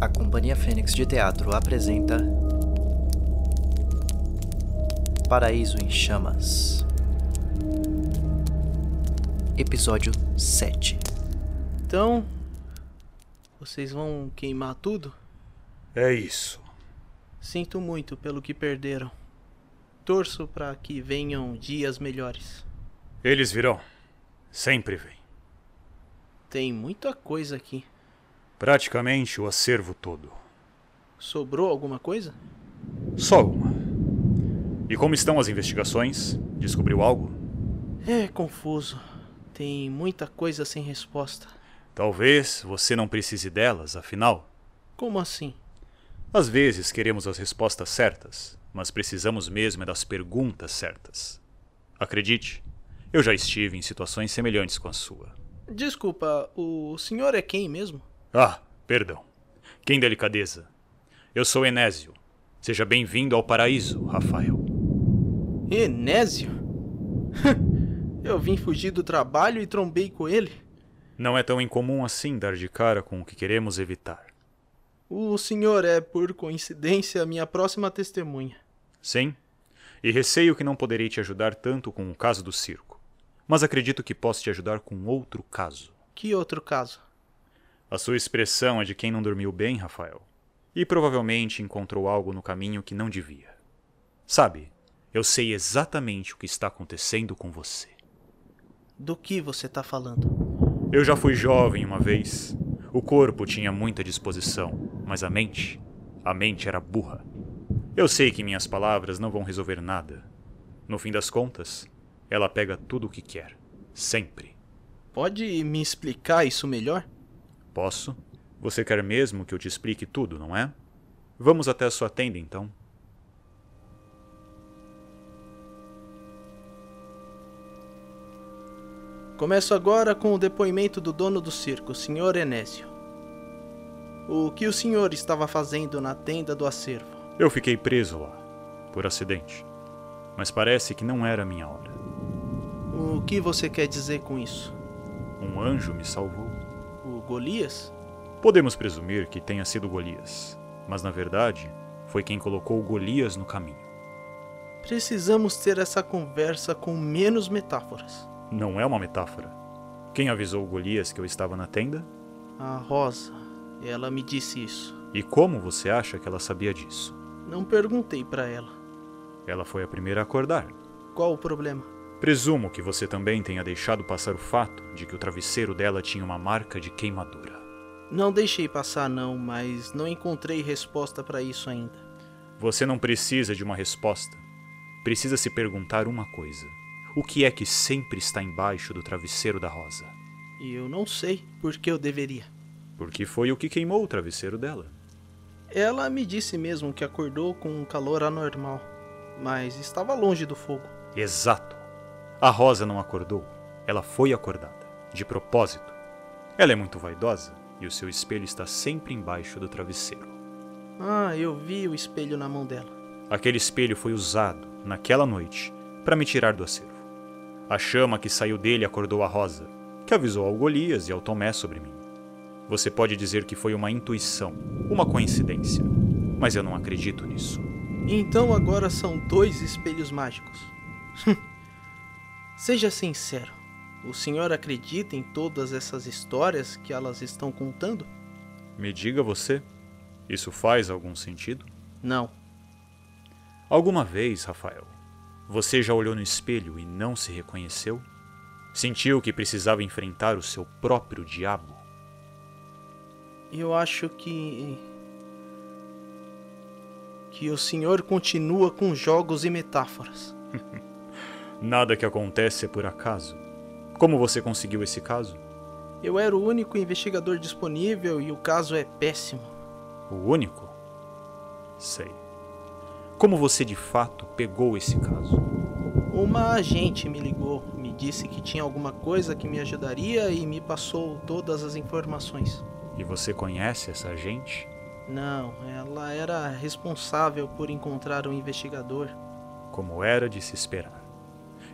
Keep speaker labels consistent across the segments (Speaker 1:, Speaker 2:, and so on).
Speaker 1: A Companhia Fênix de Teatro apresenta Paraíso em Chamas. Episódio 7.
Speaker 2: Então, vocês vão queimar tudo?
Speaker 3: É isso.
Speaker 2: Sinto muito pelo que perderam. Torço para que venham dias melhores.
Speaker 3: Eles virão. Sempre vêm.
Speaker 2: Tem muita coisa aqui.
Speaker 3: Praticamente o acervo todo.
Speaker 2: Sobrou alguma coisa?
Speaker 3: Só uma. E como estão as investigações? Descobriu algo?
Speaker 2: É confuso. Tem muita coisa sem resposta.
Speaker 3: Talvez você não precise delas, afinal.
Speaker 2: Como assim?
Speaker 3: Às vezes queremos as respostas certas, mas precisamos mesmo é das perguntas certas. Acredite, eu já estive em situações semelhantes com a sua.
Speaker 2: Desculpa, o senhor é quem mesmo?
Speaker 3: Ah, perdão. Quem delicadeza. Eu sou Enésio. Seja bem-vindo ao paraíso, Rafael.
Speaker 2: Enésio? Eu vim fugir do trabalho e trombei com ele.
Speaker 3: Não é tão incomum assim dar de cara com o que queremos evitar.
Speaker 2: O senhor é, por coincidência, a minha próxima testemunha.
Speaker 3: Sim? E receio que não poderei te ajudar tanto com o caso do circo. Mas acredito que posso te ajudar com outro caso.
Speaker 2: Que outro caso?
Speaker 3: A sua expressão é de quem não dormiu bem, Rafael. E provavelmente encontrou algo no caminho que não devia. Sabe, eu sei exatamente o que está acontecendo com você.
Speaker 2: Do que você tá falando?
Speaker 3: Eu já fui jovem uma vez. O corpo tinha muita disposição, mas a mente, a mente era burra. Eu sei que minhas palavras não vão resolver nada. No fim das contas, ela pega tudo o que quer, sempre.
Speaker 2: Pode me explicar isso melhor?
Speaker 3: Posso? Você quer mesmo que eu te explique tudo, não é? Vamos até a sua tenda então.
Speaker 2: Começo agora com o depoimento do dono do circo, Sr. Enésio. O que o senhor estava fazendo na tenda do acervo?
Speaker 3: Eu fiquei preso lá, por acidente. Mas parece que não era a minha hora.
Speaker 2: O que você quer dizer com isso?
Speaker 3: Um anjo me salvou.
Speaker 2: O Golias?
Speaker 3: Podemos presumir que tenha sido Golias, mas na verdade foi quem colocou Golias no caminho.
Speaker 2: Precisamos ter essa conversa com menos metáforas.
Speaker 3: Não é uma metáfora. Quem avisou Golias que eu estava na tenda?
Speaker 2: A Rosa, ela me disse isso.
Speaker 3: E como você acha que ela sabia disso?
Speaker 2: Não perguntei pra ela.
Speaker 3: Ela foi a primeira a acordar.
Speaker 2: Qual o problema?
Speaker 3: Presumo que você também tenha deixado passar o fato de que o travesseiro dela tinha uma marca de queimadura.
Speaker 2: Não deixei passar não, mas não encontrei resposta pra isso ainda.
Speaker 3: Você não precisa de uma resposta. Precisa se perguntar uma coisa: o que é que sempre está embaixo do travesseiro da Rosa?
Speaker 2: E eu não sei por que eu deveria.
Speaker 3: Porque foi o que queimou o travesseiro dela.
Speaker 2: Ela me disse mesmo que acordou com um calor anormal, mas estava longe do fogo.
Speaker 3: Exato. A Rosa não acordou. Ela foi acordada, de propósito. Ela é muito vaidosa e o seu espelho está sempre embaixo do travesseiro.
Speaker 2: Ah, eu vi o espelho na mão dela.
Speaker 3: Aquele espelho foi usado, naquela noite, para me tirar do acervo. A chama que saiu dele acordou a Rosa, que avisou ao Golias e ao Tomé sobre mim. Você pode dizer que foi uma intuição, uma coincidência, mas eu não acredito nisso.
Speaker 2: Então agora são dois espelhos mágicos. Hum. Seja sincero, o senhor acredita em todas essas histórias que elas estão contando?
Speaker 3: Me diga você, isso faz algum sentido?
Speaker 2: Não.
Speaker 3: Alguma vez, Rafael, você já olhou no espelho e não se reconheceu? Sentiu que precisava enfrentar o seu próprio diabo?
Speaker 2: Eu acho que. que o senhor continua com jogos e metáforas.
Speaker 3: Nada que acontece é por acaso. Como você conseguiu esse caso?
Speaker 2: Eu era o único investigador disponível e o caso é péssimo.
Speaker 3: O único? Sei. Como você de fato pegou esse caso?
Speaker 2: Uma agente me ligou, me disse que tinha alguma coisa que me ajudaria e me passou todas as informações.
Speaker 3: E você conhece essa gente?
Speaker 2: Não, ela era responsável por encontrar o investigador.
Speaker 3: Como era de se esperar.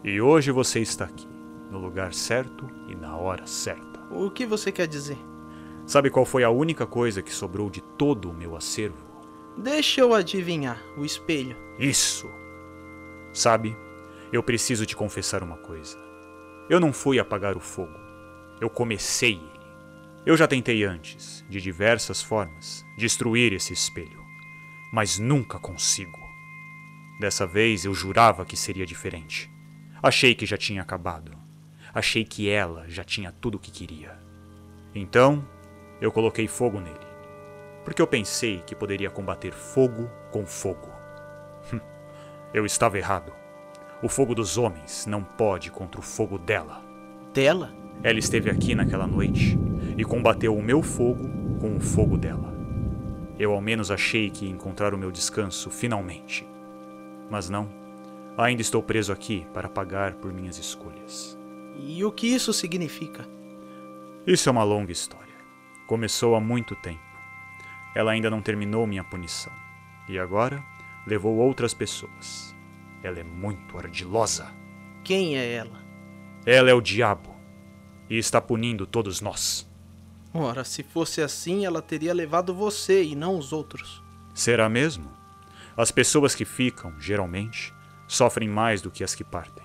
Speaker 3: E hoje você está aqui, no lugar certo e na hora certa.
Speaker 2: O que você quer dizer?
Speaker 3: Sabe qual foi a única coisa que sobrou de todo o meu acervo?
Speaker 2: Deixa eu adivinhar, o espelho.
Speaker 3: Isso! Sabe, eu preciso te confessar uma coisa. Eu não fui apagar o fogo. Eu comecei ele. Eu já tentei antes, de diversas formas, destruir esse espelho. Mas nunca consigo. Dessa vez eu jurava que seria diferente. Achei que já tinha acabado. Achei que ela já tinha tudo o que queria. Então, eu coloquei fogo nele. Porque eu pensei que poderia combater fogo com fogo. Eu estava errado. O fogo dos homens não pode contra o fogo dela.
Speaker 2: Dela?
Speaker 3: Ela esteve aqui naquela noite e combateu o meu fogo com o fogo dela. Eu ao menos achei que ia encontrar o meu descanso finalmente. Mas não. Ainda estou preso aqui para pagar por minhas escolhas.
Speaker 2: E o que isso significa?
Speaker 3: Isso é uma longa história. Começou há muito tempo. Ela ainda não terminou minha punição. E agora levou outras pessoas. Ela é muito ardilosa.
Speaker 2: Quem é ela?
Speaker 3: Ela é o diabo e está punindo todos nós.
Speaker 2: Ora, se fosse assim, ela teria levado você e não os outros.
Speaker 3: Será mesmo? As pessoas que ficam, geralmente, sofrem mais do que as que partem.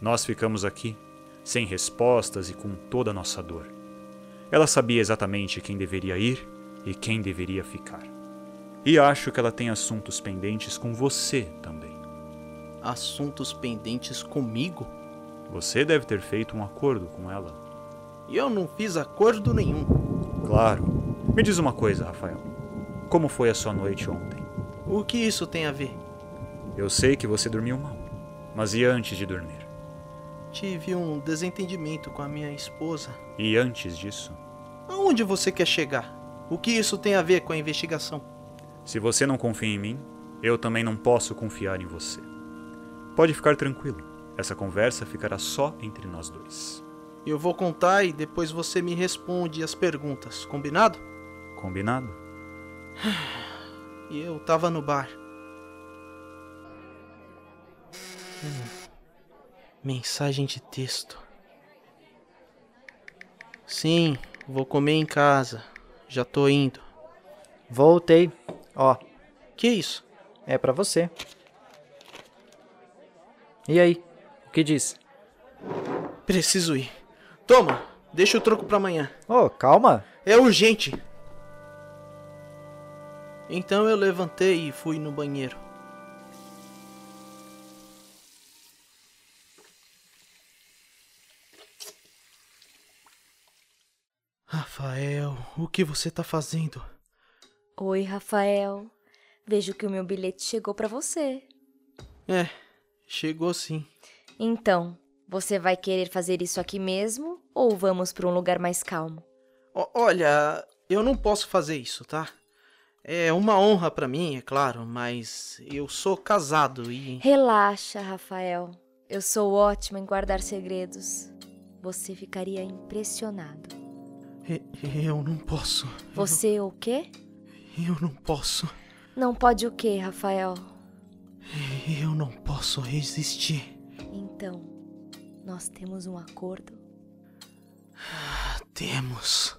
Speaker 3: Nós ficamos aqui, sem respostas e com toda a nossa dor. Ela sabia exatamente quem deveria ir e quem deveria ficar. E acho que ela tem assuntos pendentes com você também.
Speaker 2: Assuntos pendentes comigo?
Speaker 3: Você deve ter feito um acordo com ela.
Speaker 2: E eu não fiz acordo nenhum.
Speaker 3: Claro. Me diz uma coisa, Rafael. Como foi a sua noite ontem?
Speaker 2: O que isso tem a ver?
Speaker 3: Eu sei que você dormiu mal, mas e antes de dormir?
Speaker 2: Tive um desentendimento com a minha esposa.
Speaker 3: E antes disso?
Speaker 2: Aonde você quer chegar? O que isso tem a ver com a investigação?
Speaker 3: Se você não confia em mim, eu também não posso confiar em você. Pode ficar tranquilo, essa conversa ficará só entre nós dois.
Speaker 2: Eu vou contar e depois você me responde as perguntas, combinado?
Speaker 3: Combinado?
Speaker 2: E eu tava no bar. Hum. Mensagem de texto. Sim, vou comer em casa. Já tô indo.
Speaker 1: Voltei. Ó,
Speaker 2: Que isso?
Speaker 1: é pra você. E aí? O que diz?
Speaker 2: Preciso ir. Toma, deixa o troco pra amanhã.
Speaker 1: Ô, calma.
Speaker 2: É urgente. Então eu levantei e fui no banheiro. Rafael, o que você tá fazendo?
Speaker 4: Oi, Rafael. Vejo que o meu bilhete chegou pra você.
Speaker 2: É, chegou sim.
Speaker 4: Então, você vai querer fazer isso aqui mesmo ou vamos pra um lugar mais calmo?
Speaker 2: O- olha, eu não posso fazer isso, tá? É uma honra pra mim, é claro, mas eu sou casado e.
Speaker 4: Relaxa, Rafael. Eu sou ótima em guardar segredos. Você ficaria impressionado.
Speaker 2: e- Eu não posso.
Speaker 4: Você o quê?
Speaker 2: Eu não posso.
Speaker 4: Não pode o quê, Rafael?
Speaker 2: Eu não posso resistir.
Speaker 4: Então, nós temos um acordo.
Speaker 2: Temos.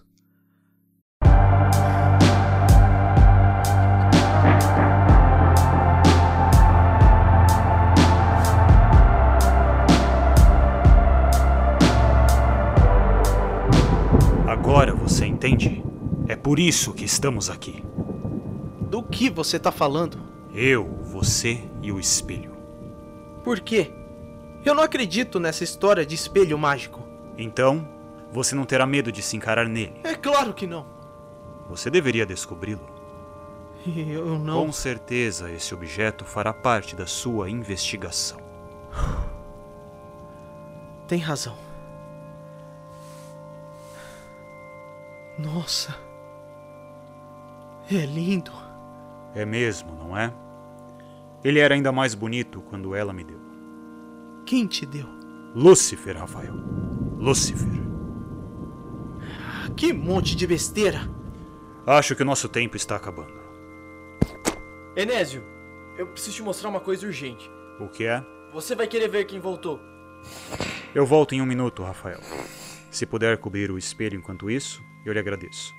Speaker 3: Agora você entende? É por isso que estamos aqui.
Speaker 2: Do que você tá falando?
Speaker 3: Eu, você e o espelho.
Speaker 2: Por quê? Eu não acredito nessa história de espelho mágico.
Speaker 3: Então, você não terá medo de se encarar nele.
Speaker 2: É claro que não.
Speaker 3: Você deveria descobri-lo.
Speaker 2: Eu não.
Speaker 3: Com certeza esse objeto fará parte da sua investigação.
Speaker 2: Tem razão. Nossa. É lindo.
Speaker 3: É mesmo, não é? Ele era ainda mais bonito quando ela me deu.
Speaker 2: Quem te deu?
Speaker 3: Lúcifer, Rafael. Lúcifer.
Speaker 2: Ah, Que monte de besteira.
Speaker 3: Acho que o nosso tempo está acabando.
Speaker 5: Enésio, eu preciso te mostrar uma coisa urgente.
Speaker 3: O que é?
Speaker 5: Você vai querer ver quem voltou.
Speaker 3: Eu volto em um minuto, Rafael. Se puder cobrir o espelho enquanto isso, Eu lhe agradeço.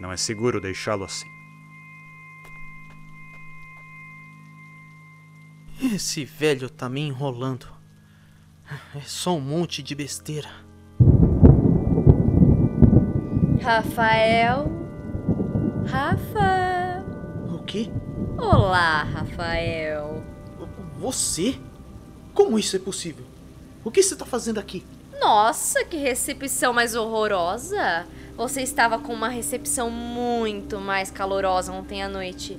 Speaker 3: Não é seguro deixá-lo assim.
Speaker 2: Esse velho tá me enrolando. É só um monte de besteira.
Speaker 4: Rafael. Rafa.
Speaker 2: O quê?
Speaker 4: Olá, Rafael.
Speaker 2: Você? Como isso é possível? O que você tá fazendo aqui?
Speaker 4: Nossa, que recepção mais horrorosa! Você estava com uma recepção muito mais calorosa ontem à noite.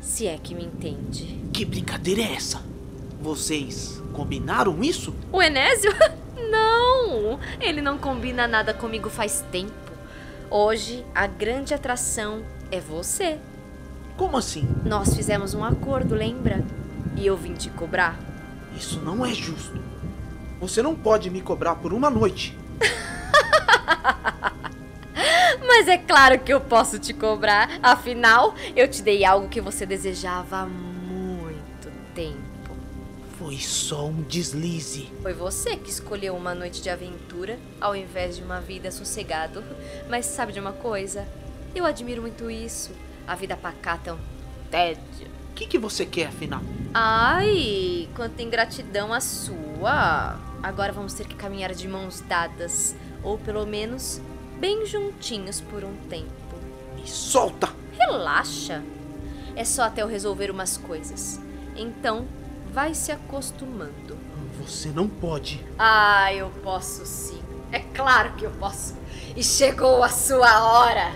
Speaker 4: Se é que me entende.
Speaker 2: Que brincadeira é essa? Vocês combinaram isso?
Speaker 4: O Enésio? Não! Ele não combina nada comigo faz tempo. Hoje, a grande atração é você.
Speaker 2: Como assim?
Speaker 4: Nós fizemos um acordo, lembra? E eu vim te cobrar.
Speaker 2: Isso não é justo. Você não pode me cobrar por uma noite.
Speaker 4: Mas é claro que eu posso te cobrar, afinal, eu te dei algo que você desejava há muito tempo.
Speaker 2: Foi só um deslize.
Speaker 4: Foi você que escolheu uma noite de aventura ao invés de uma vida sossegado. Mas sabe de uma coisa? Eu admiro muito isso. A vida pacata é um tédio.
Speaker 2: O que, que você quer, afinal?
Speaker 4: Ai, quanta ingratidão a sua! Agora vamos ter que caminhar de mãos dadas, ou pelo menos bem juntinhos por um tempo.
Speaker 2: Me solta!
Speaker 4: Relaxa! É só até eu resolver umas coisas. Então, vai se acostumando.
Speaker 2: Você não pode.
Speaker 4: Ah, eu posso sim. É claro que eu posso. E chegou a sua hora!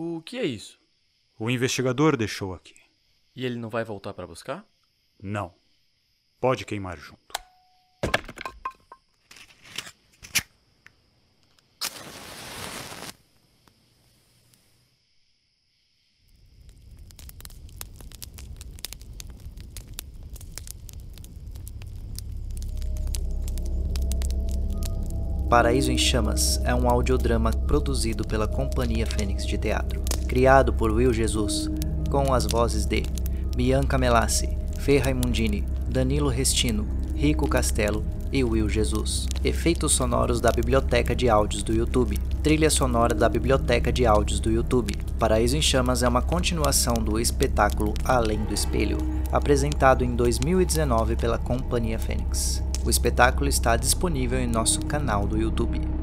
Speaker 5: O que é isso?
Speaker 3: O investigador deixou aqui.
Speaker 5: E ele não vai voltar pra buscar?
Speaker 3: Não. Pode queimar junto.
Speaker 1: Paraíso em Chamas é um audiodrama produzido pela Companhia Fênix de Teatro, criado por Will Jesus, com as vozes de Bianca Melassi, Fer Raimundini, Danilo Restino, Rico Castelo e Will Jesus. Efeitos sonoros da Biblioteca de Áudios do YouTube. Trilha sonora da Biblioteca de Áudios do YouTube. Paraíso em Chamas é uma continuação do espetáculo Além do Espelho, apresentado em 2019 pela Companhia Fênix. O espetáculo está disponível em nosso canal do YouTube.